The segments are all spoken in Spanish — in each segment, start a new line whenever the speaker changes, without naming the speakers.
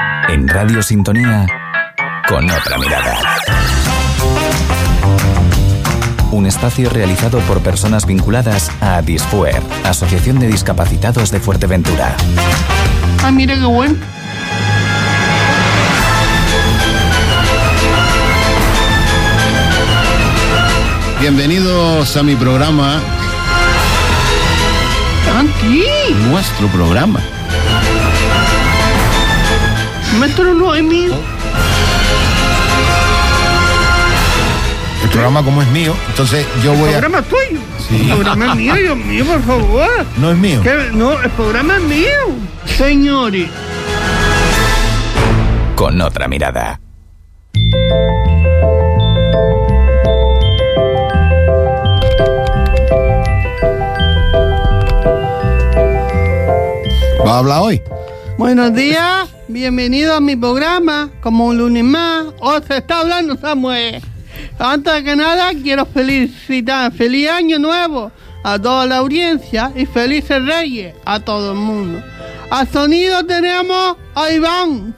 Radio Sintonía con otra mirada. Un espacio realizado por personas vinculadas a Disfuer, Asociación de Discapacitados de Fuerteventura.
Ah, mira qué bueno.
Bienvenidos a mi programa,
Aquí.
nuestro programa.
Mételo en mí.
El programa como es mío, entonces yo voy a...
Programa tuyo.
Sí.
Programa mío, Dios mío, por favor.
No es mío.
¿Qué? No, el programa es mío. Señores.
Con otra mirada.
¿Va a hablar hoy?
Buenos días, bienvenido a mi programa, como un lunes más, hoy se está hablando Samuel. Antes que nada, quiero felicitar, feliz año nuevo a toda la audiencia y felices reyes a todo el mundo. A sonido tenemos a Iván.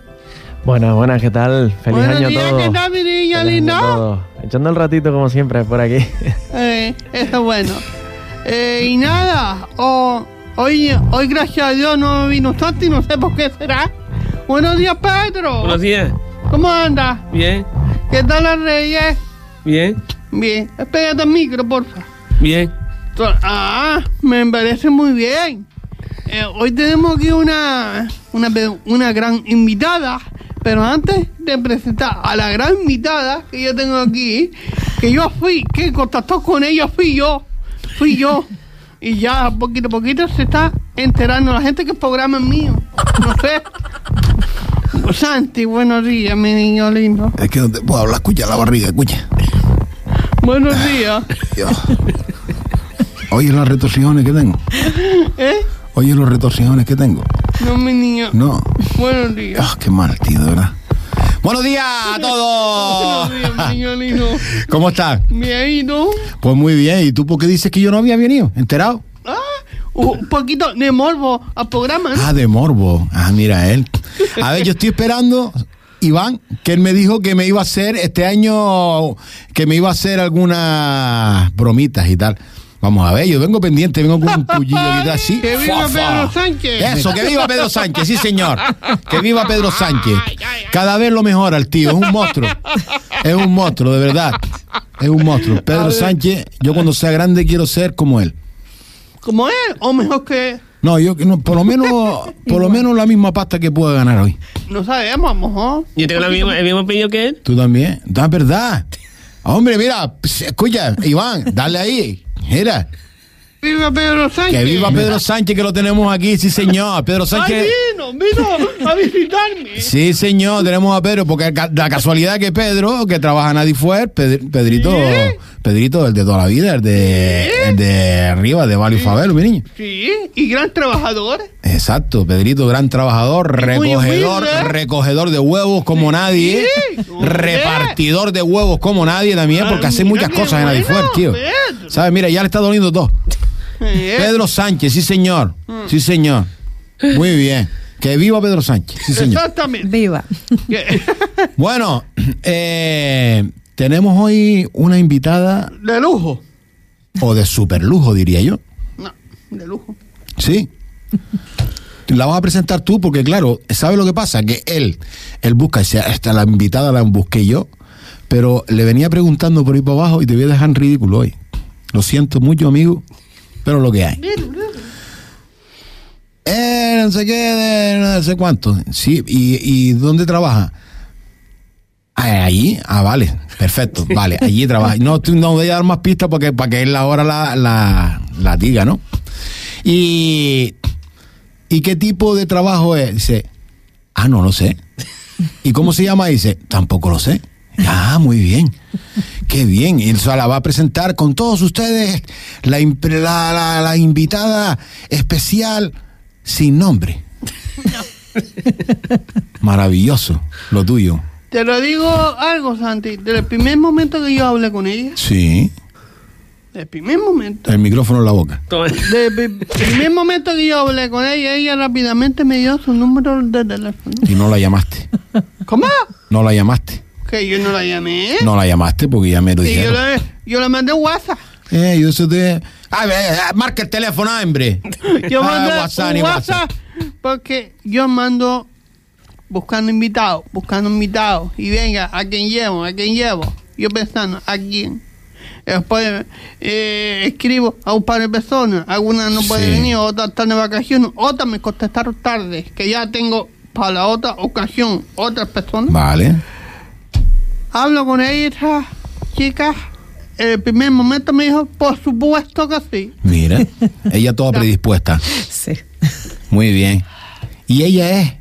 Buenas, buenas, ¿qué tal? Feliz
Buenos
año
días,
a todos.
¿qué tal mi niña
Feliz año a
linda?
todos. Echando el ratito como siempre por aquí.
Eh, eso es bueno. Eh, y nada, o- hoy, hoy gracias a Dios no vino Santi, no sé por qué será. Buenos días Pedro,
Buenos días.
¿cómo andas?
Bien,
¿Qué tal las reyes?
bien,
Bien, pégate al micro, porfa.
bien.
To- Ah, me parece muy bien. Eh, hoy tenemos aquí una, una, pe- una gran invitada, pero antes de presentar a la gran invitada que yo tengo aquí, que yo fui, que contactó con ella, fui yo, fui yo. Y ya poquito a poquito se está enterando la gente que el programa es mío. No sé. Santi, buenos días, mi niño lindo.
Es que no te puedo hablar, escucha la barriga, escucha.
Buenos días.
Dios. Oye las retorsiones que tengo.
¿Eh?
Oye los retorsiones que tengo.
No, mi niño.
No.
Buenos días.
Ah, qué mal, tío, de ¿verdad? Buenos días a todos.
Buenos días, mi niño lindo.
¿Cómo están?
Bien, ¿y tú?
Pues muy bien. ¿Y tú por qué dices que yo no había venido? ¿Enterado?
Ah, un poquito de morbo al programa. ¿no?
Ah, de morbo. Ah, mira él. A ver, yo estoy esperando, Iván, que él me dijo que me iba a hacer este año, que me iba a hacer algunas bromitas y tal. Vamos a ver, yo vengo pendiente, vengo con un pullillo y tal, así.
Que viva
Fa, fa.
Pedro Sánchez.
Eso, que viva Pedro Sánchez, sí señor. Que viva Pedro Sánchez. Cada vez lo mejora el tío, es un monstruo. Es un monstruo, de verdad. Es un monstruo. Pedro Sánchez, yo cuando sea grande quiero ser como él.
Como es, o mejor que
No, yo que no, por lo menos, por lo menos la misma pasta que pueda ganar hoy.
no sabemos, a lo mejor.
Yo tengo la misma- el mismo pedido
¿Eh?
que él.
Tú también, da verdad. Hombre, mira, ps- escucha, Iván, dale ahí. Mira,
Viva Pedro Sánchez.
que viva Pedro Sánchez que lo tenemos aquí, sí señor. Pedro Sánchez.
Ay, vino, vino a visitarme.
Sí, señor, tenemos a Pedro, porque ca- la casualidad que Pedro, que trabaja en Adifuer, Ped- Pedrito,
¿Sí?
Pedrito, el de toda la vida, el de, el de arriba, de Value Favelo, mi niño.
Sí, y gran trabajador.
Exacto, Pedrito, gran trabajador,
muy
recogedor,
humilde. ¿eh?
recogedor de huevos como nadie, ¿eh?
hombre.
repartidor de huevos como nadie también,
Ah,
porque hace
mira
muchas
qué
cosas en Adifuer,
bueno,
tío.
Pedro.
¿Sabes? Mira, ya le está doliendo todo.
Eh,
Pedro Sánchez, sí señor, sí señor. Muy bien. Que viva Pedro Sánchez, sí señor.
Exactamente.
Viva.
Que-
Bueno, eh, tenemos hoy una invitada
De lujo.
o de superlujo, diría yo.
No, de lujo.
Sí. La vas a presentar tú porque, claro, ¿sabes lo que pasa? Que él, él busca, dice, hasta la invitada la busqué yo, pero le venía preguntando por ahí para abajo y te voy a dejar en ridículo hoy. Lo siento mucho, amigo, pero lo que hay. Eh, no sé qué, de no sé cuánto. Sí, ¿y, y dónde trabaja? Ah, Allí, ah, vale, perfecto, vale, allí trabaja. No, tú- no voy a dar más pistas porque para que él ahora la, la, la diga, ¿no? Y, ¿Y qué tipo de trabajo es? Dice, ah, no lo sé. ¿Y cómo se llama? Dice, tampoco lo sé. Ah, muy bien. Qué bien. Y o sea, la va a presentar con todos ustedes la, imp- la- la- la invitada especial sin nombre. Maravilloso, lo tuyo.
Te lo digo algo, Santi. Desde el primer momento que yo hablé con ella,
Sí.
Desde el primer momento.
El micrófono en la boca.
Toma.
Desde el primer momento que yo hablé con ella, ella rápidamente me dio su número de teléfono.
Y no la llamaste.
¿Cómo?
No la llamaste.
Que yo no la llamé.
No la llamaste porque ya me lo
Sí, yo,
dijeron.
le, yo le mandé WhatsApp.
Eh, yo se te... A ver, eh, marca el teléfono, hombre.
Yo
Ah,
mandé
WhatsApp,
un
ni
WhatsApp porque yo mando buscando invitados, buscando invitados. Y venga, ¿a quién llevo? ¿A quién llevo? Yo pensando, ¿a quién? Después eh, escribo a un par de personas. Algunas no pueden
Sí.
venir, otras están de vacaciones, otras me contestaron tarde, que ya tengo para la otra ocasión otras personas.
Vale.
Hablo con ella, chicas. El primer momento me dijo, por supuesto que sí.
Mira. Ella toda predispuesta.
Sí.
Muy bien. Y ella es...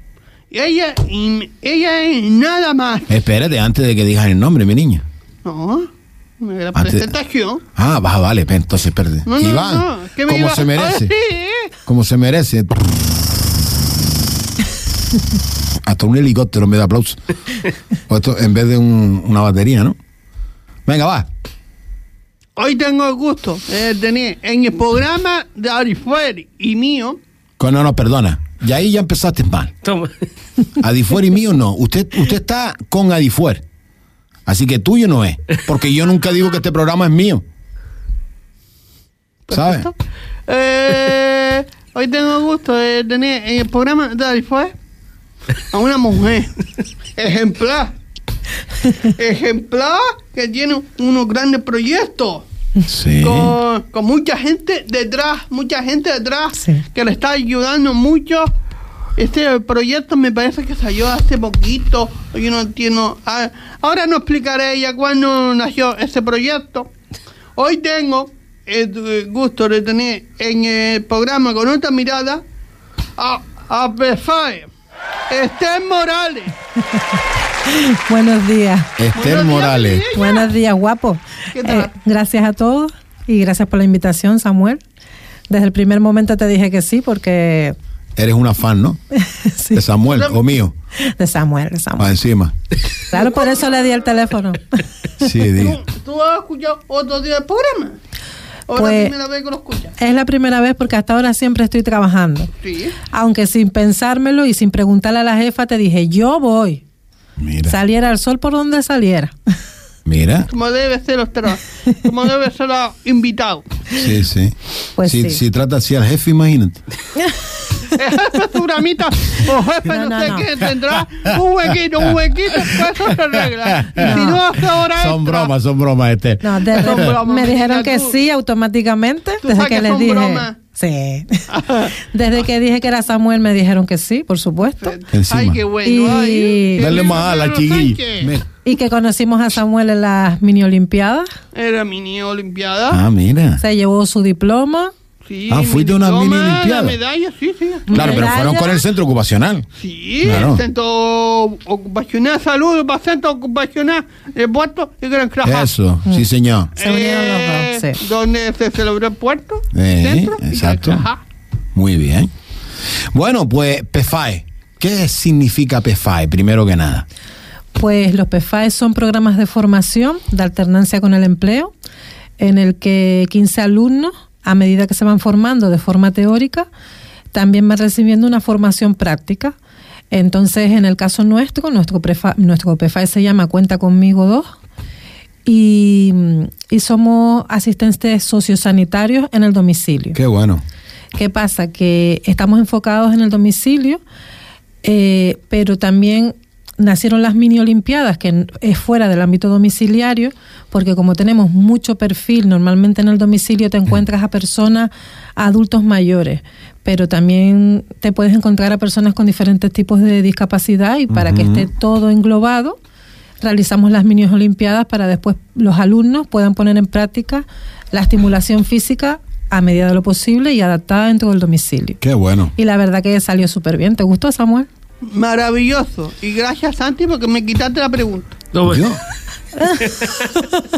Y ella, y ella es nada más.
Espérate, antes de que digas el nombre, mi niño.
No, una gran
Antes-
presentación.
Ah, va, vale, pe- entonces espérate.
No, no,
Iván,
no, ¿qué me
como
iba-
se merece.
Ah, sí.
Como se merece. Hasta un helicóptero en vez de aplauso. O esto en vez de un- una batería, ¿no? Venga, va.
Hoy tengo el gusto de tener en el programa de Arifuer y mío.
Co- No, no, perdona. Y ahí ya empezaste mal.
Toma.
Adifuer y mío no. Usted, usted está con Adifuer. Así que tuyo no es. Porque yo nunca digo que este programa es mío. ¿Sabes?
perfecto, eh, hoy tengo el gusto de tener en el programa de Arifuer a una mujer ejemplar. Ejemplar que tiene unos grandes proyectos.
Sí.
con, con mucha gente detrás, mucha gente detrás
Sí.
que le está ayudando mucho. Este proyecto me parece que salió hace poquito. Yo no entiendo. Ah, Ahora no explicaré ya cuándo nació ese proyecto. Hoy tengo el gusto de tener en el programa con otra mirada a, a Befae, Esther Morales.
Buenos días.
Esther
Buenos días,
Morales.
Miguel.
Buenos días, guapo. Eh,
¿Qué tal?
gracias a todos y gracias por la invitación, Samuel. Desde el primer momento te dije que sí, porque.
Eres una fan, ¿no?
sí,
De Samuel o mío.
de Samuel, de
Para
Samuel.
encima.
Claro, por eso le di el teléfono.
Sí, diga.
¿Tú, tú has escuchado otro día el programa? ¿O la
Pues-
primera vez que lo escuchas?
es la primera vez porque hasta ahora siempre estoy trabajando.
Sí.
Aunque sin pensármelo y sin preguntarle a la jefa, te dije, yo voy.
Mira.
Saliera el sol por donde saliera.
Mira.
Como debe ser los tra- como debe ser los invitados.
Sí, sí.
Pues
si,
sí.
si trata así al jefe, imagínate.
El jefe Suramita o jefe no,
No, no,
sé
no.
qué tendrá un huequito, un huequito, pues eso se arregla. Y si no hace hora
Son
extra,
bromas, son bromas, Esther.
No, de-
Son bromas,
me dijeron
mira,
que
tú-
sí automáticamente
tú
desde
sabes
que
que
les
son
dije.
bromas.
Sí. desde que dije que era Samuel me dijeron que sí, por supuesto.
Pues-
Encima.
Ay, qué
Y-
bueno. ay,
Dale
qué
más a la
bueno,
chiquilla.
Sánchez.
Mira.
Y que conocimos a Samuel en las mini olimpiadas.
Era mini olimpiada.
Ah, mira.
Se llevó su diploma.
Sí,
Ah, fuiste a una
diploma,
mini olimpiada.
La medalla, sí, sí.
Claro, pero
medalla.
fueron con el centro ocupacional.
Sí,
Claro.
el Centro Ocupacional Salud, para Centro Ocupacional de Puerto y Gran Caja.
Eso, sí, señor.
Se unieron los
Eh,
dos, sí.
Donde se celebró el puerto.
Eh,
centro, y
exacto.
Cajá.
Muy bien. Bueno, pues PFAE. ¿Qué significa PFAE, E? primero que nada?
Pues los PFAE son programas de formación de alternancia con el empleo, en el que 15 alumnos, a medida que se van formando de forma teórica, también van recibiendo una formación práctica. Entonces, en el caso nuestro, nuestro PFAE, nuestro PFAE E se llama Cuenta conmigo 2 y, mm, y somos asistentes sociosanitarios en el domicilio.
Qué bueno.
¿Qué pasa? Que estamos enfocados en el domicilio, eh, pero también nacieron las mini olimpiadas, que n- es fuera del ámbito domiciliario, porque como tenemos mucho perfil, normalmente en el domicilio te encuentras a personas, a adultos mayores, pero también te puedes encontrar a personas con diferentes tipos de discapacidad y para que esté todo englobado, realizamos las mini olimpiadas para después los alumnos puedan poner en práctica la estimulación física a medida de lo posible y adaptada dentro del domicilio.
Qué bueno.
Y la verdad que salió súper bien. ¿Te gustó, Samuel?
Maravilloso. Y gracias, Santi, porque me quitaste la pregunta.
Toma.
Yo-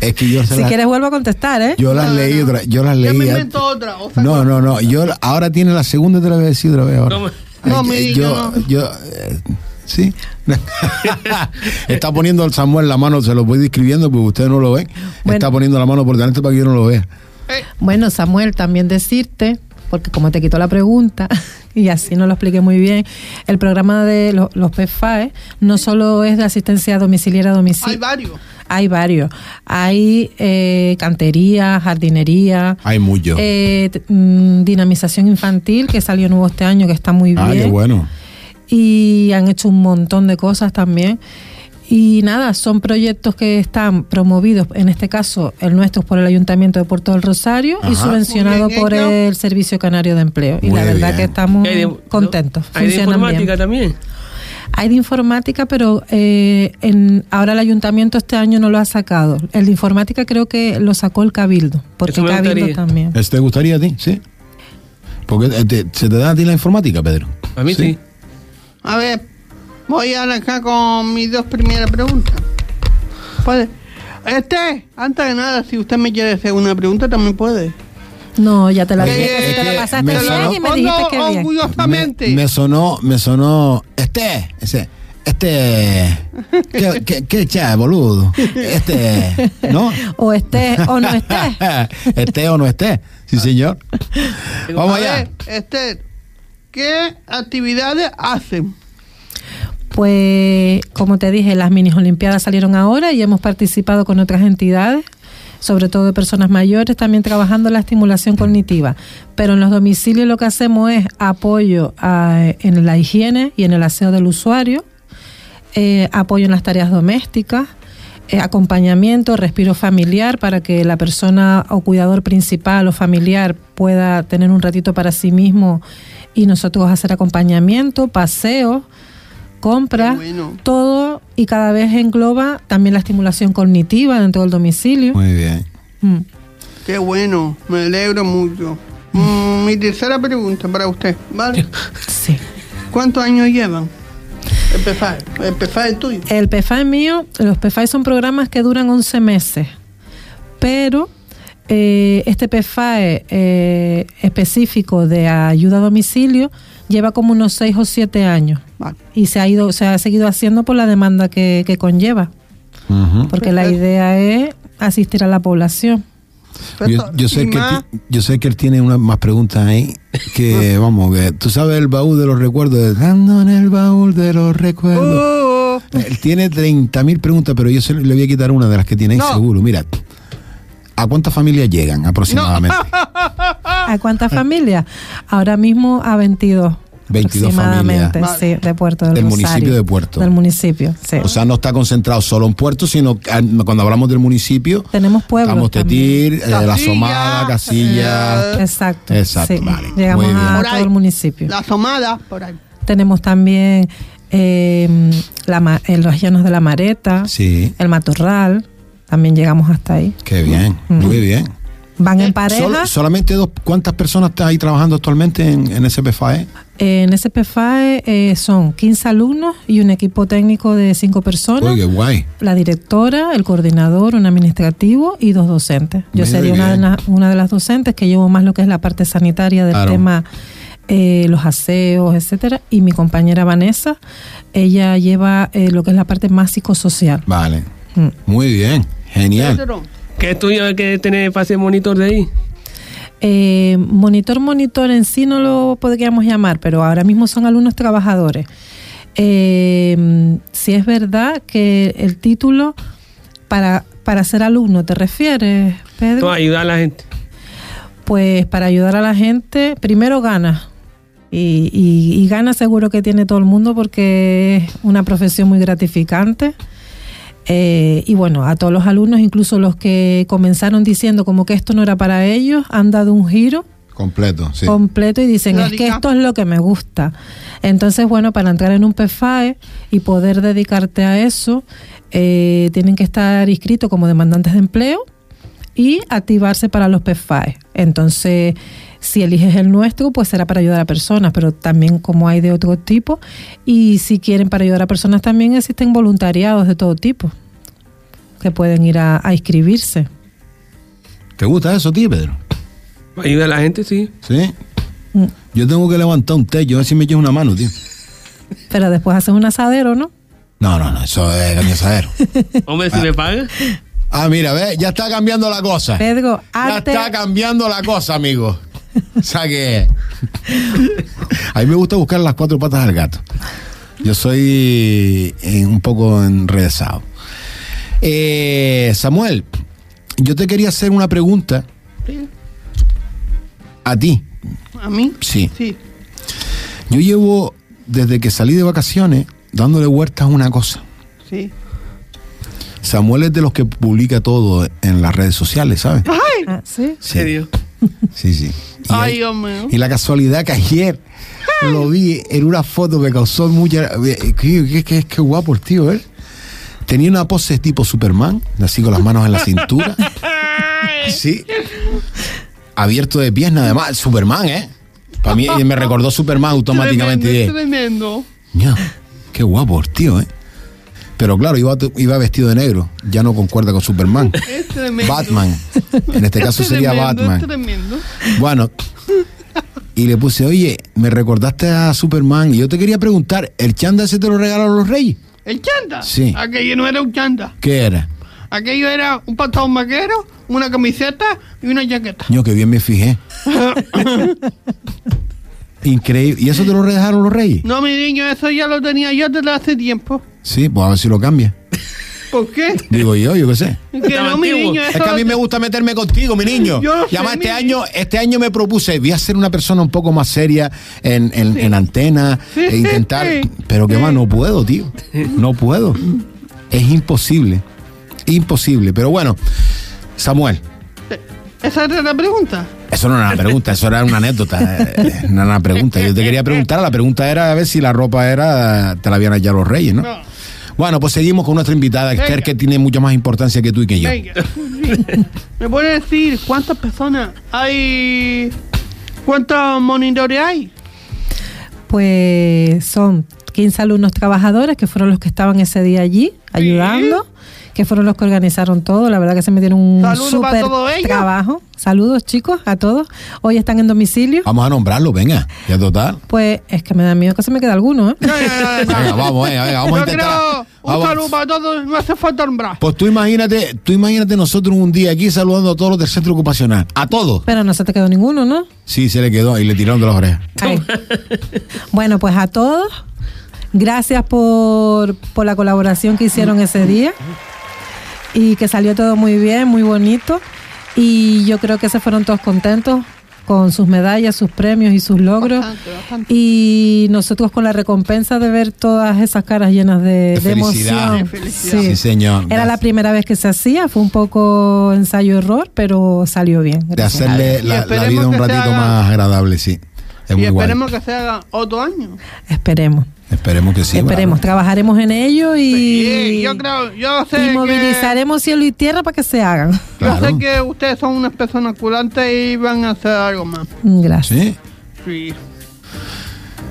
es que yo se
Si
la-
quieres vuelvo a contestar, ¿eh?
Yo las
No, no,
leí
no.
otra, yo las
Ya me
leí.
invento
antes.
otra. o sea,
No, no, no. Yo ahora tiene la segunda te la voy a decir otra vez ahora.
Toma.
Ay,
No, mi niño,
yo,
no.
yo, eh, Sí. Está poniendo al Samuel la mano, se lo voy describiendo porque ustedes no lo ven.
Bueno.
Está poniendo la mano por delante para que yo no lo vea.
eh,
Bueno, Samuel, también decirte, porque como te quitó la pregunta y así no lo expliqué muy bien, el programa de lo- los PFAE E no solo es de asistencia domiciliaria a
Hay
domicilio,
varios.
hay varios. Hay eh, cantería, jardinería,
Hay mucho.
eh, t- mm, dinamización infantil que salió nuevo este año, que está muy bien
ah, qué bueno.
y han hecho un montón de cosas también. Y nada, son proyectos que están promovidos, en este caso el nuestro es por el Ayuntamiento de Puerto del Rosario y
Ajá.
subvencionado
Muy bien
por
hecho.
el Servicio Canario de Empleo. y
Muy
la verdad
bien.
que estamos
¿Qué hay de-
contentos.
¿Hay de
funcionan bien.
informática también?
Hay de informática, pero eh, en, ahora el ayuntamiento este año no lo ha sacado. El de informática creo que lo sacó el Cabildo, porque
Eso me
Cabildo
gustaría.
también.
¿Eso Eh, te gustaría a ti? Sí. Porque eh, te- se te da a ti la informática, Pedro.
A mí sí.
A ver, voy a arrancar con mis dos primeras preguntas. Puede. Este, antes de nada, si usted me quiere hacer una pregunta, también puede.
No, ya te la
Que-
dije, que sí te
que
la pasaste
me
bien
sonó-
y me dijiste que bien.
orgullosamente.
Me, me sonó, me sonó. Este, ese, este. ¿Qué, qué, qué cha, boludo? Este, ¿no?
O
Eh,
estés o no estés.
esté o no esté. Sí, señor. Vamos
a
allá.
ver, Esther, ¿qué actividades hacen?
Pues, como te dije, las mini olimpiadas salieron ahora y hemos participado con otras entidades, sobre todo de personas mayores, también trabajando la estimulación cognitiva. Pero en los domicilios lo que hacemos es apoyo a- en la higiene y en el aseo del usuario, eh, apoyo en las tareas domésticas, eh, acompañamiento, respiro familiar para que la persona o cuidador principal o familiar pueda tener un ratito para sí mismo y nosotros hacer acompañamiento, paseo, compras,
Qué bueno.
todo y cada vez engloba también la estimulación cognitiva dentro del domicilio.
Muy bien.
Mm.
Qué bueno, me alegro mucho. Mm, mi tercera pregunta para usted, ¿vale?
Sí.
¿Cuántos años llevan? El PFAE, el PFAE es tuyo.
El PFAE mío, los PFAE son programas que duran 11 meses, pero eh, este PFAE eh, específico de ayuda a domicilio lleva como unos 6 o 7 años
Vale.
y se ha, ido, se ha seguido haciendo por la demanda que, que conlleva,
Ujú.
porque la
Perfecto.
idea es asistir a la población.
Yo, yo
Y
sé que,
más,
ti- yo sé que él tiene unas más preguntas ahí. Que vamos, que tú sabes el baúl de los recuerdos. Dando en el baúl de los recuerdos.
Oh,
Él tiene 30.000 preguntas, pero yo se- le voy a quitar una de las que tiene ahí
No.
seguro. Mira, ¿a cuántas familias llegan aproximadamente? Ah.
¿A cuántas familias? Ahora mismo a 22.
22
aproximadamente,
familias.
sí, de Puerto del,
Del municipio
Rosario.
de Puerto.
Del municipio, sí.
O sea, no está concentrado solo en Puerto, sino que, ah, cuando hablamos del municipio,
Tenemos pueblos
estamos
también.
Tetir, eh, La
Casilla,
Somada, Casilla.
eh,
Exacto.
Exacto,
sí.
vale.
Llegamos
Muy bien.
a
Por
todo
ahí.
el municipio.
la asomada, por ahí.
Tenemos también eh, la ma- eh, los llanos de la Mareta,
Sí,
el Matorral, también llegamos hasta ahí.
qué bien,
Mm.
muy bien.
Van en pareja.
Sol- solamente dos, ¿cuántas personas están ahí trabajando actualmente en, en SPFAE?
En SPFAE eh, son 15 alumnos y un equipo técnico de 5 personas.
Uy, qué guay.
La directora, el coordinador, un administrativo y dos docentes. Yo
Muy
sería una de,
bien.
las- una de las docentes que llevo más lo que es la parte sanitaria del
Claro.
tema, eh, los aseos, etcétera. Y mi compañera Vanessa, ella lleva eh, lo que es la parte más psicosocial.
Vale,
Mm.
muy bien, genial.
Pedro,
¿Qué estudio hay que tener para ser monitor de ahí?
Eh, monitor, monitor en sí no lo podríamos llamar, pero ahora mismo son alumnos trabajadores. Eh, si es verdad que el título para, para ser alumno, ¿te refieres, Pedro?
No, ayudar a la gente.
Pues para ayudar a la gente, primero gana. Y, y- y gana seguro que tiene todo el mundo porque es una profesión muy gratificante. Eh, y bueno, a todos los alumnos, incluso los que comenzaron diciendo como que esto no era para ellos, han dado un giro
Completo, sí.
completo y dicen, es
Lógica.
que esto es lo que me gusta. Entonces, bueno, para entrar en un PFAE E y poder dedicarte a eso, eh, tienen que estar inscritos como demandantes de empleo y activarse para los PFAE. E. Entonces, si eliges el nuestro, pues será para ayudar a personas, pero también como hay de otro tipo. Y si quieren para ayudar a personas, también existen voluntariados de todo tipo que pueden ir a, a inscribirse.
¿Te gusta eso a ti, Pedro?
Ayudar a la gente, sí.
Sí.
Mm.
Yo tengo que levantar un techo, a ver si me echas una mano, tío.
Pero después haces un asadero, ¿no?
No, no, no, eso es coño saber.
Hombre, si me pagan.
Ah, mira, ve, ya está cambiando la cosa.
Pedro,
Ya
arte.
está cambiando la cosa, amigo. O sea que. A mí me gusta buscar las cuatro patas al gato. Yo soy eh, un poco enredesado. Eh, Samuel, yo te quería hacer una pregunta. A ti.
¿A mí?
Sí.
Sí.
Yo llevo, desde que salí de vacaciones, dándole vueltas a una cosa.
Sí.
Samuel es de los que publica todo en las redes sociales, ¿sabes?
¡Ay!
Ah, sí.
En serio.
Sí, sí. Y
Ay,
ahí-
Dios mío.
Y la casualidad que ayer lo vi en una foto que causó mucha. eh, Qué, qué- qué- qué guapo el tío, ¿eh? Tenía una pose tipo Superman, así con las manos en la cintura. Sí. Abierto de pierna, además. Superman, ¿eh? Para mí eh, me recordó Superman automáticamente.
Tremendo,
Dije,
tremendo.
"Ña, qué guapo el tío, ¿eh? Pero claro, iba, iba vestido de negro. Ya no concuerda con Superman.
Es tremendo.
Batman. En este caso
Es
sería
tremendo,
Batman.
Es tremendo.
Bueno, y le puse, oye, me recordaste a Superman. Y yo te quería preguntar, ¿el chanda ese te lo regalaron los reyes?
¿El chanta?
Sí.
Aquello no era un chanta.
¿Qué era?
Aquello era un pantalón vaquero, una camiseta y una chaqueta.
Yo que bien me fijé. Increíble. ¿Y eso te lo regalaron los reyes?
No, mi niño, eso ya lo tenía yo desde hace tiempo.
Sí, pues a ver si lo cambia.
¿Por qué?
Digo yo, yo qué sé.
Que
Estaba
no, mi
antiguo.
niño,
Es
eso
que a mí
lo-
me gusta meterme contigo, mi niño.
Yo lo
Y además
sé,
este
mi-
año, este año me propuse, voy a ser una persona un poco más seria en, en- en antena,
Sí,
e
sí,
intentar.
sí.
Pero que más, no puedo, tío. No puedo. Es imposible. Imposible. Pero bueno, Samuel,
Esa era la pregunta.
eso no era una pregunta, eso era una anécdota. eh, No era una pregunta. Yo te quería preguntar, la pregunta era a ver si la ropa era, te la habían hallado los reyes, ¿no?
No.
Bueno, pues seguimos con nuestra invitada, Esther,
Venga.
que tiene mucha más importancia que tú y que yo.
Venga. ¿Me puede decir cuántas personas hay? ¿Cuántos monitores hay?
Pues son 15 alumnos trabajadores que fueron los que estaban ese día allí ayudando, que fueron los que organizaron todo. La verdad que se metieron un
Saludos para
súper
todos ellos.
trabajo. Saludos chicos a todos. Hoy están en domicilio.
Vamos a nombrarlo, venga. Ya total.
Pues es que me da miedo que se me quede alguno. ¿eh?
No, no, no, no.
Venga, vamos, eh, venga, venga, vamos a
Yo
intentar.
creo un
vamos.
saludo para todos, no hace falta nombrar.
Pues tú imagínate, tú imagínate nosotros un día aquí saludando a todos los del centro ocupacional. A todos.
Pero no se te quedó ninguno, ¿no?
Sí, se le quedó y le tiraron de las orejas.
Ay. Bueno, pues a todos, gracias por, por la colaboración que hicieron ese día y que salió todo muy bien, muy bonito. Y yo creo que se fueron todos contentos con sus medallas, sus premios y sus logros.
Bastante, bastante.
Y nosotros con la recompensa de ver todas esas caras llenas de,
De
de
felicidad.
emoción.
De felicidad.
Sí, señor.
Era la
Gracias.
primera vez que se hacía, fue un poco ensayo-error, pero salió bien.
De
gracias a
hacerle
Dios.
Y
la, la
esperemos
vida un
que se
ratito
haga-
más agradable, sí. Es
Y
muy guay.
esperemos que se haga otro año.
Esperemos.
Esperemos que sí.
Esperemos,
claro.
trabajaremos en ello y,
Sí, Pues yo creo, yo sé
y
que-
movilizaremos cielo y tierra para que se hagan.
Yo
Claro.
sé que ustedes son unas personas curantes y van a hacer algo más.
Gracias.
Sí.
Sí.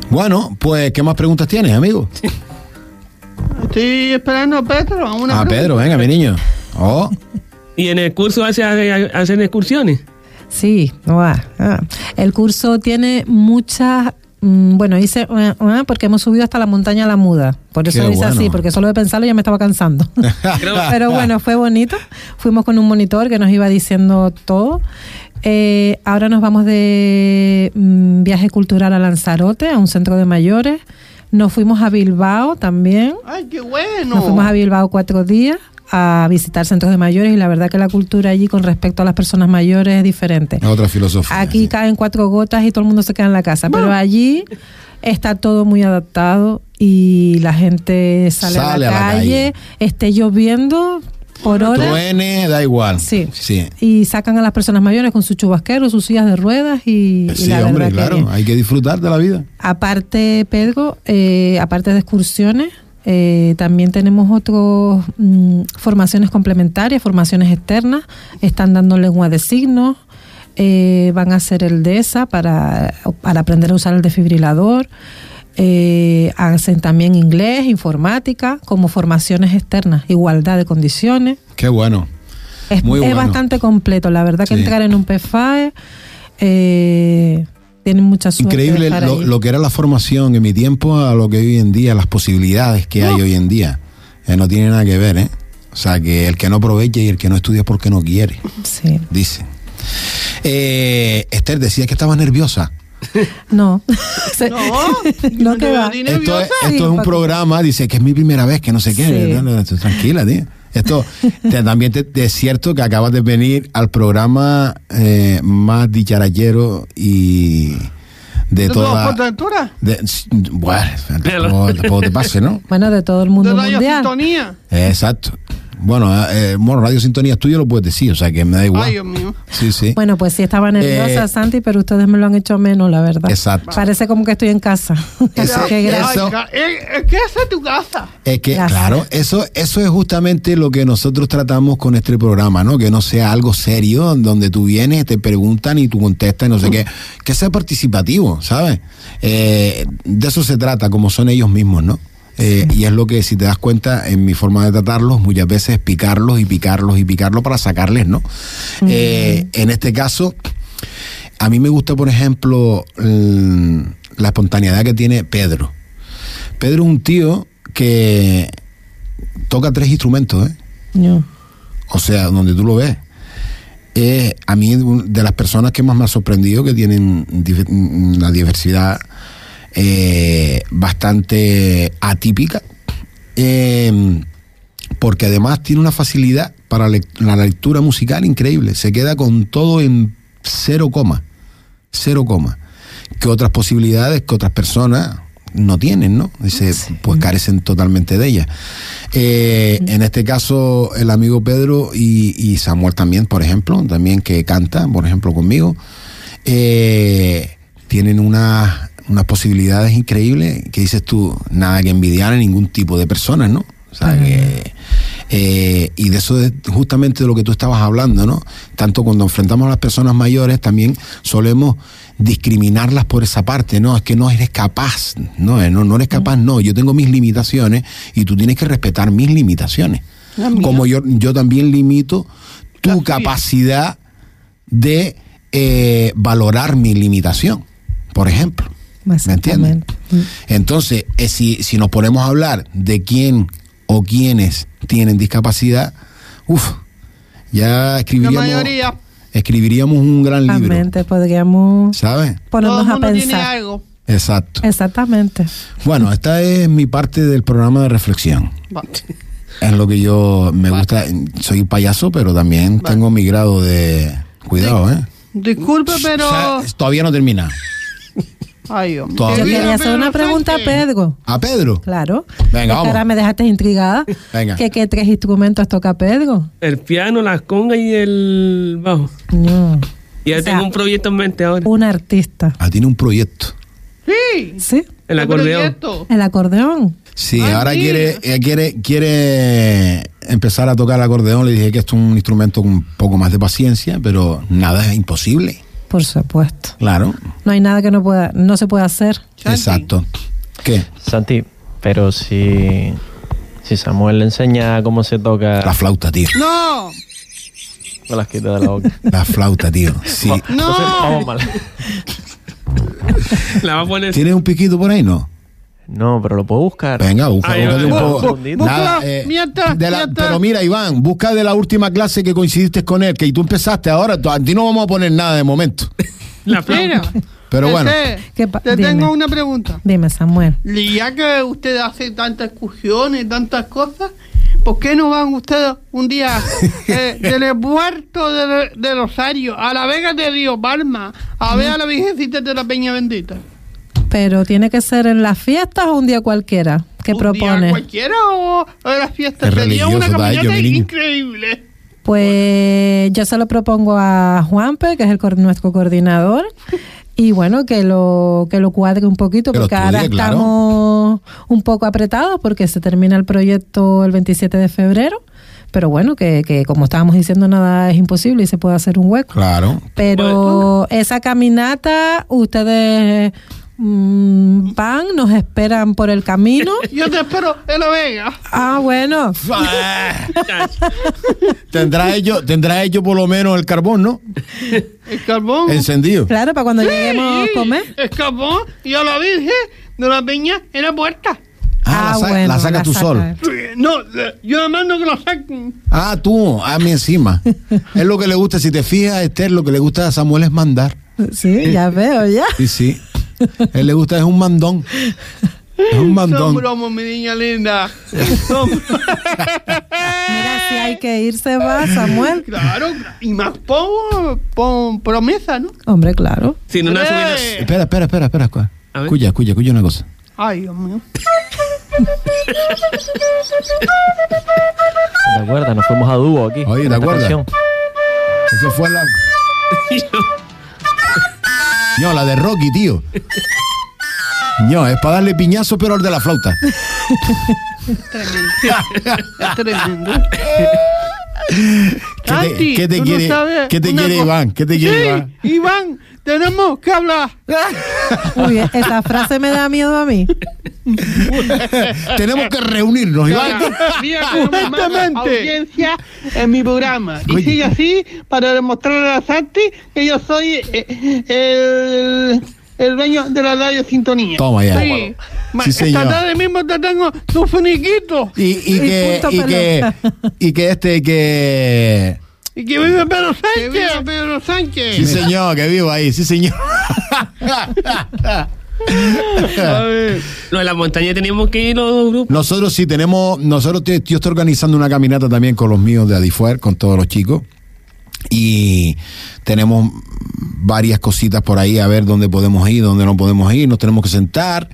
Bueno, pues, ¿qué más preguntas tienes, amigo?
Estoy esperando a Pedro. a Una
Ah,
pregunta.
Pedro, venga, mi niño. Oh,
¿Y en el curso hace- hace- hacen excursiones?
Sí, va, ah. el curso tiene muchas... mm, Bueno, hice ah, ah, porque hemos subido hasta la montaña La Muda. Por eso
Qué
dice así,
bueno.
porque solo de pensarlo ya me estaba cansando. Pero bueno, fue bonito. Fuimos con un monitor que nos iba diciendo todo. Eh, ahora nos vamos de mm, viaje cultural a Lanzarote, a un centro de mayores. Nos fuimos a Bilbao también.
Ay, qué bueno.
Nos fuimos a Bilbao cuatro días a visitar centros de mayores y la verdad que la cultura allí con respecto a las personas mayores es diferente.
es otra filosofía.
Aquí
sí.
caen cuatro gotas y todo el mundo se queda en la casa, pero allí está todo muy adaptado y la gente sale,
Sale
a, la, calle, esté lloviendo por horas
Truene, da igual.
Sí.
Sí.
y sacan a las personas mayores con sus chubasqueros, sus sillas de ruedas y, y
Sí,
la
hombre,
verdad que bien.
claro. Hay que disfrutar de la vida.
Aparte, Pedro, eh, aparte de excursiones, eh, también tenemos otras formaciones complementarias, formaciones externas. Están dando lengua de signos, eh, van a hacer el DESA para, para aprender a usar el desfibrilador. eh, hacen también inglés, informática, como formaciones externas, igualdad de condiciones.
Qué bueno.
Es,
Muy
es
bueno.
bastante completo, la verdad que
Sí.
entrar en un PFAE E, eh, tienen mucha suerte. de
Increíble
estar
lo,
ahí.
lo que era la formación en mi tiempo a lo que hoy en día, las posibilidades que hay hoy en día. Eh, no tiene nada que ver, ¿eh? O sea, que el que no aprovecha y el que no estudia es porque no quiere,
Sí.
dice. Eh, Esther, decías que estabas nerviosa.
No. Se-
No,
no
yo
que
no veo
va.
ni
Esto es,
nerviosa?
esto es
Sí,
un
Paco.
programa, dice que es mi primera vez, que no sé qué.
Sí.
No, no, no, Tranquila, tío. Esto te- también te, te es cierto que acabas de venir al programa eh, más dicharachero y de
¿De toda
toda.
altura?
de- bueno, tampoco, tampoco te pase, ¿no?
Bueno, de todo el
¿De
mundo
Radio
mundial.
Sintonía?
Exacto. Bueno, eh, eh, bueno, Radio Sintonía es tuyo, lo puedes decir, o sea que me da igual.
Ay, Dios mío.
Sí, sí.
Bueno, pues sí estaba nerviosa,
Eh,
Santi, pero ustedes me lo han hecho menos, la verdad.
Exacto.
Parece como que estoy en casa.
Ese-
Qué
Ay,
gracia.
eso-
ca- eh, eh, ¿Qué hace tu casa?
Es que,
Gracias.
claro, eso, eso es justamente lo que nosotros tratamos con este programa, ¿no? Que no sea algo serio, donde tú vienes, te preguntan y tú contestas, y no sé qué. Que sea participativo, ¿sabes? Eh, de eso se trata, como son ellos mismos, ¿no? Eh, y es lo que, si te das cuenta, en mi forma de tratarlos, muchas veces es picarlos y picarlos y picarlos para sacarles, ¿no? Eh, en este caso, a mí me gusta, por ejemplo, el- la espontaneidad que tiene Pedro. Pedro es un tío que toca tres instrumentos, ¿eh?
Yo.
O sea, donde tú lo ves. Eh, a mí, un- de las personas que más me ha sorprendido, que tienen dife- una diversidad eh, bastante atípica, eh, porque además tiene una facilidad para lec- la lectura musical increíble. Se queda con todo en cero coma. Cero coma. Que otras posibilidades que otras personas no tienen, ¿no? Dice, pues carecen totalmente de ellas. Eh, en este caso, el amigo Pedro y, y Samuel también, por ejemplo, también que canta, por ejemplo, conmigo, eh, tienen unas, unas posibilidades increíbles que dices tú, nada que envidiar a ningún tipo de personas, ¿no? O sea, que, eh, y de eso es justamente de lo que tú estabas hablando, ¿no? Tanto cuando enfrentamos a las personas mayores, también solemos discriminarlas por esa parte, ¿no? Es que no eres capaz, no, eh, no, no eres capaz, no, yo tengo mis limitaciones y tú tienes que respetar mis limitaciones.
Las mías.
Como yo, yo también limito tu
Las tuyas.
capacidad de eh, valorar mi limitación, por ejemplo. ¿Me entiendes?
Exactamente. Mm.
Entonces, eh, si, si nos ponemos a hablar de quién o quiénes tienen discapacidad, uff, ya
La
escribiríamos,
mayoría.
escribiríamos un gran libro.
Exactamente, podríamos
¿Sabes?
Todo
ponernos
el
a
mundo tiene
pensar.
algo.
Exacto.
Exactamente.
Bueno, esta es mi parte del programa de reflexión.
Va.
Es lo que yo me gusta. Soy payaso, pero también tengo mi grado de. Cuidado, ¿eh?
Disculpe, pero.
O sea, todavía no termina.
Ay, Dios mío.
Todavía-
Yo
Bien,
quería hacer una pregunta a Pedro.
A Pedro.
Claro.
Venga,
Es que
vamos.
Ahora me dejaste intrigada.
Venga.
¿Qué, qué tres instrumentos toca Pedro?
El piano, las congas y el bajo.
No.
Y ya
O sea,
tengo un proyecto en mente ahora.
Un artista.
Ah, tiene un proyecto.
Sí.
¿Sí?
El
¿Qué
acordeón.
proyecto?
El acordeón.
Sí,
Ay,
ahora
mira.
quiere, eh, quiere, quiere empezar a tocar el acordeón. Le dije que esto es un instrumento con un poco más de paciencia, pero nada es imposible.
Por supuesto.
Claro.
No hay nada que no pueda, no se pueda hacer.
Chanti.
Exacto. ¿Qué?
Santi, pero si, si Samuel le enseña cómo se toca,
La flauta, tío.
No,
me las quito de la boca.
La flauta, tío. Sí.
Entonces,
no.
vamos mal.
La va a poner.
¿Tienes un piquito por ahí, no?
No, pero lo puedo buscar.
Venga, busca,
Ahí va,
búscate un
ahí va.
poco.
Bu- bu-
Nada, eh,
busca, mientras,
de la-
mientras.
Pero mira, Iván, busca de la última clase que coincidiste con él, que tú empezaste ahora. tú- A ti no vamos a poner nada de momento.
La flauta.
Mira.
Pero bueno.
Ese,
¿Qué pa-
te
dime.
tengo una pregunta.
Dime, Samuel.
Y Ya que usted hace tantas excursiones, tantas cosas, ¿por qué no van ustedes un día eh, del puerto de, de Rosario a la Vega de Río Palma a ver a la Virgencita de la Peña Bendita?
Pero tiene que ser en las fiestas o un día cualquiera. ¿Qué
Un día
propone?
cualquiera o, o de las fiestas.
Es
Sería una
religioso, vaya,
caminata
mi niño.
increíble.
Pues yo se lo propongo a Juanpe, que es el, coor- nuestro coordinador, y bueno, que lo, que lo cuadre un poquito,
Que lo
porque
estudie,
ahora
claro.
estamos un poco apretados porque se termina el proyecto el 27 de febrero, pero bueno, que, que como estábamos diciendo, nada es imposible y se puede hacer un hueco.
Claro.
Pero esa caminata, ustedes mm, van, nos esperan por el camino.
Yo te espero en La Vega.
Ah, bueno.
tendrá ello, tendrá ello por lo menos el carbón, ¿no?
El carbón.
Encendido.
Claro, para cuando lleguemos
Sí,
a comer.
El carbón y a la Virgen de la Peña en la puerta.
Ah, la, sa-
bueno,
la saca tú solo.
No, yo la mando que lo saquen.
Ah, tú, a mí encima. es lo que le gusta, si te fijas, Esther, lo que le gusta a Samuel es mandar.
Sí, ya veo, ya.
Sí, sí. Él le gusta, es un mandón. Es un
Son
mandón.
bromos, mi niña linda. Son
Mira, si hay que irse va, Samuel.
Claro, y más pon, pon promesa, ¿no?
Hombre, claro.
Si no, la
Eh.
subirás.
Espera, espera, espera, espera. cua-
A ver.
Escucha, escucha, escucha una cosa.
Ay, Dios mío.
¿Te acuerdas? Nos fuimos a dúo aquí.
Oye, ¿te
con esta
acuerdas?
canción.
Eso fue la. No, la de Rocky, tío. No, es para darle piñazo, pero al de la flauta.
Tremendo. Es tremendo.
¿Qué te,
Santi,
qué te
tú no
quiere,
sabes
qué te
una
quiere
cosa.
Iván? ¿Qué te quiere
Sí,
Iván?
Iván, tenemos que hablar.
Uy, esa frase me da miedo a mí.
Tenemos que reunirnos, Iván.
Urgentemente.
audiencia en mi programa.
Oye.
Y sigue así para demostrarle a Santi que yo soy eh,
eh,
el, el dueño de la radio Sintonía.
Toma ya.
Sí. Ma-
Sí, señor.
Esta tarde mismo te tengo tu finiquito.
Y, y
Y
que,
punto
y que, y que este, que.
Y que vive Pedro Sánchez. Que vive Pedro Sánchez.
Sí, señor, que vivo ahí, sí, señor.
A ver.
Lo de la montaña teníamos que ir los dos grupos.
Nosotros sí tenemos, nosotros te- yo estoy organizando una caminata también con los míos de Adifuer, con todos los chicos. Y tenemos varias cositas por ahí a ver dónde podemos ir, dónde no podemos ir, nos tenemos que sentar,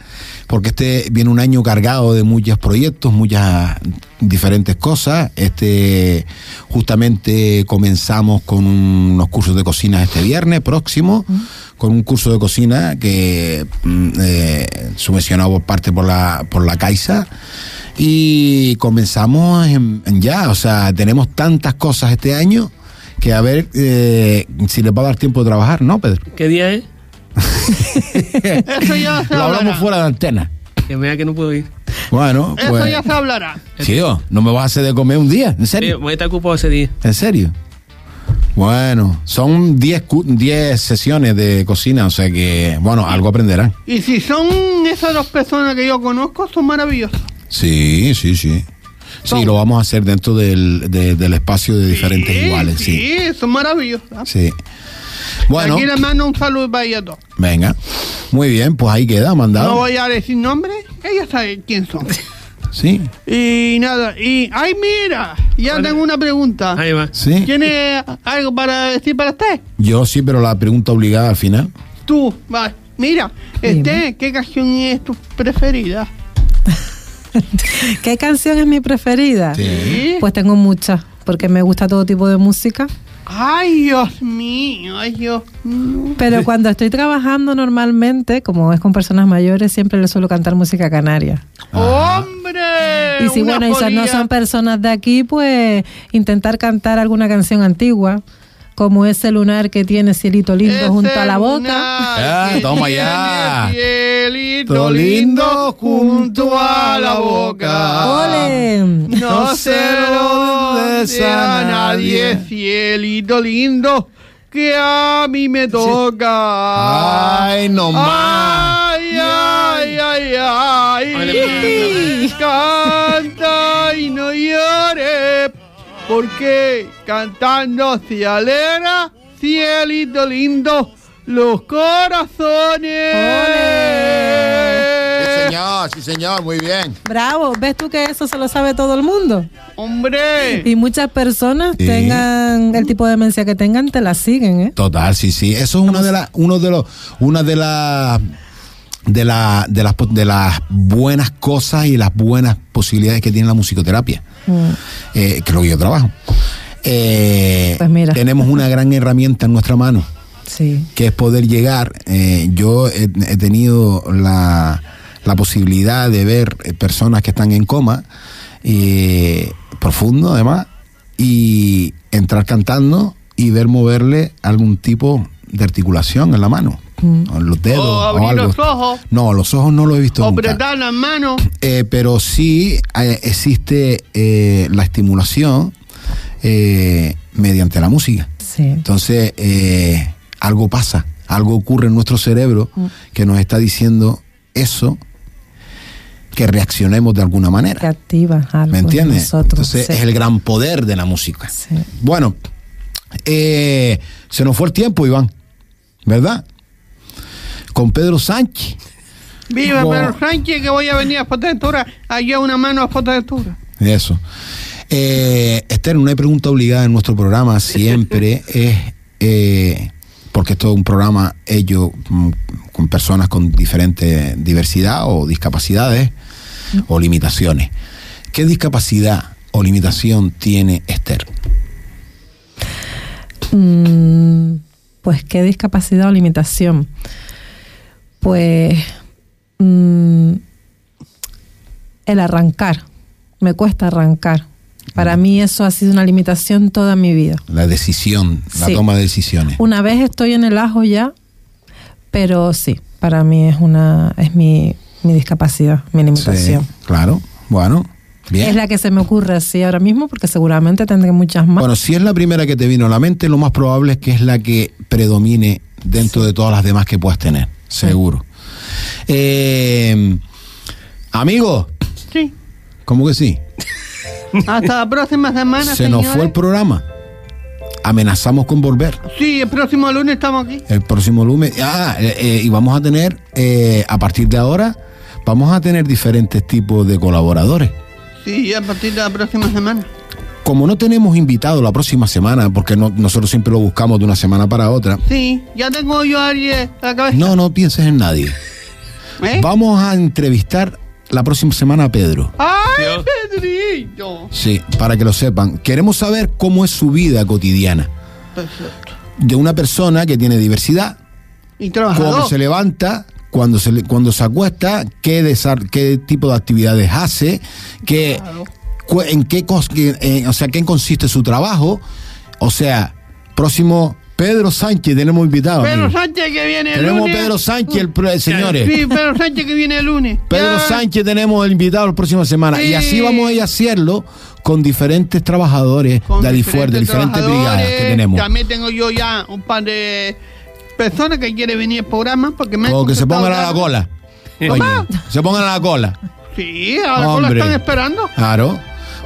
porque este viene un año cargado de muchos proyectos, muchas diferentes cosas. Este justamente comenzamos con unos cursos de cocina este viernes próximo, con un curso de cocina que mm, eh, subvencionado por parte por la por la Caixa y comenzamos en- en ya, o sea, tenemos tantas cosas este año que a ver eh, si les va a dar tiempo de trabajar, ¿no, Pedro?
¿Qué día es?
Eso ya se
Lo hablamos
hablará.
fuera de antena.
Que me da que no puedo ir.
Bueno,
Eso
pues,
ya se hablará.
tío, no me vas a hacer de comer un día, ¿en
Eh,
serio?
voy a estar ocupado ese día.
¿En serio? Bueno, son 10 cu- 10 sesiones de cocina, o sea que, bueno, algo aprenderán.
Y si son esas dos personas que yo conozco, son maravillosas.
Sí, sí, sí. Sí, lo vamos a hacer dentro del, de- del espacio de diferentes iguales, sí.
Sí, son maravillosas.
Sí. Bueno,
Aquí le mando un saludo para ellas dos.
venga. Muy bien, pues ahí queda,
No
mandado.
voy a decir nombre, ellas saben quién son.
Sí,
Y nada, y ay mira, ya
Vale.
tengo una
Ah.
pregunta.
Ahí va.
sí.
¿Tiene algo para decir para usted?
Yo sí, pero la pregunta obligada al final.
Tú, va, mira,
Dime.
este, ¿qué canción es tu preferida?
¿Qué canción es mi preferida?
Sí.
¿Sí?
Pues tengo muchas, porque me gusta todo tipo de música.
Ay, Dios mío, ay, Dios mío.
Pero cuando estoy trabajando normalmente, como es con personas mayores, siempre les suelo cantar música canaria.
¡Hombre!
Y si,
una
bueno, y si no
jodida.
son personas de aquí, pues intentar cantar alguna canción antigua, como ese lunar que tiene Cielito Lindo
Ese
junto a la boca.
lunar
Ah,
que
toma
tiene
ya.
Cielito
Todo
lindo junto a la boca.
¡Ole!
No se lo des a nadie, cielito lindo, que a mí me toca.
Ay, no
Ah.
más.
Ay, ay, ay, ay. Canta y no llores, porque cantando se alegra, cielito lindo, los
Sí,
corazones.
señor, sí, señor, muy bien.
Bravo, ¿ves tú que eso se lo sabe todo el mundo?
Hombre.
Y muchas personas
Sí.
tengan el tipo de demencia que tengan, te la siguen, ¿eh?
Total, sí, sí. Eso es una de las, uno de los, una de las de, la- de las po- de las buenas cosas y las buenas posibilidades que tiene la musicoterapia,
Mm,
eh, que es lo que yo trabajo. Eh,
Pues mira.
Tenemos una gran herramienta en nuestra mano.
Sí.
que es poder llegar. Eh, yo he, he tenido la, la posibilidad de ver eh, personas que están en coma, eh, profundo además, y entrar cantando y ver moverle algún tipo de articulación en la mano. o los dedos.
O Oh, abrir
algo.
los ojos.
No, los ojos no los he visto.
o
nunca.
apretar las manos.
Eh, pero sí eh, existe eh, la estimulación eh, mediante la música.
Sí.
Entonces, eh, algo pasa, algo ocurre en nuestro cerebro
Mm.
que nos está diciendo eso, que reaccionemos de alguna
Que
manera.
activa algo
¿Me
en
entiendes?
nosotros.
Entonces,
sí.
es el gran poder de la música.
Sí.
Bueno, eh, se nos fue el tiempo, Iván, ¿verdad? Con Pedro Sánchez.
Viva
Como-
Pedro Sánchez, que voy a venir a Fuerteventura. Allá una mano a Fuerteventura.
Eso. Eh, Esther, una pregunta obligada en nuestro programa siempre es, eh, porque esto es un programa ello mm, con personas con diferente diversidad o discapacidades o limitaciones. ¿Qué discapacidad o limitación tiene Esther?
Mm, pues qué discapacidad o limitación. Pues mm, el arrancar. Me cuesta arrancar. Para mí eso ha sido una limitación toda mi vida.
La decisión, la
Sí.
toma de decisiones.
Una vez estoy en el ajo ya, pero sí, para mí es una es mi, mi discapacidad, mi
Sí,
limitación.
claro, bueno, bien.
Es la que se me ocurre así ahora mismo porque seguramente tendré muchas más.
Bueno, si es la primera que te vino a la mente, lo más probable es que es la que predomine dentro de todas las demás que puedas tener, seguro. Eh, amigo,
Sí.
¿cómo que sí?
Hasta la próxima semana.
Se nos fue el
señores.
programa. Amenazamos con volver.
Sí, el próximo lunes estamos aquí.
El próximo lunes. Ah, eh, eh, y vamos a tener, eh, a partir de ahora, vamos a tener diferentes tipos de colaboradores.
Sí, a partir de la próxima semana.
Como no tenemos invitado la próxima semana, porque no- nosotros siempre lo buscamos de una semana para otra,
Sí, ya tengo yo a alguien a la cabeza.
no, no pienses en nadie.
¿Eh?
Vamos a entrevistar la próxima semana a Pedro.
¡Ay, Pedrito!
Sí, para que lo sepan. Queremos saber cómo es su vida cotidiana.
Perfecto.
De una persona que tiene diversidad,
Y
cómo
trabajador.
se levanta, cuando se, le- cuando se acuesta, qué, desar- qué tipo de actividades hace, qué, cu- en qué, cos- que- eh, o sea, qué consiste su trabajo. O sea, próximo Pedro Sánchez, tenemos invitado.
Pedro
amigo.
Sánchez que viene el
tenemos
lunes.
Pedro Sánchez, el, pro- señores.
Sí, Pedro Sánchez que viene el lunes.
Pedro
Ya.
Sánchez tenemos el invitado la próxima semana.
Sí.
Y así vamos a ir a hacerlo con diferentes trabajadores
Con
de Adifuer, de diferentes brigadas
trabajadores.
que tenemos.
También tengo yo ya un par de personas que quieren venir al programa porque me han
O que se
contestado
pongan a la
ya.
cola. Oye, se pongan a la cola.
Sí, a la cola
Hombre.
están esperando.
Claro.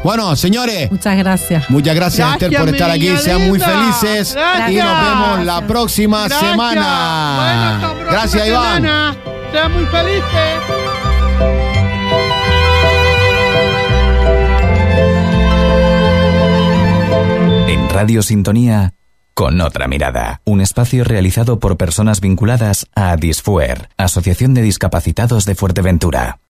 Bueno, señores,
Muchas gracias.
muchas gracias,
Gracias,
Esther, por
mi
estar aquí.
niña
Sean muy
linda.
felices. Y
Gracias.
nos vemos la próxima
Gracias.
semana.
Bueno, hasta la próxima
gracias, Iván.
semana. Sean muy eh. felices.
En Radio Sintonía, con otra mirada, un espacio realizado por personas vinculadas a Disfuer, Asociación de Discapacitados de Fuerteventura.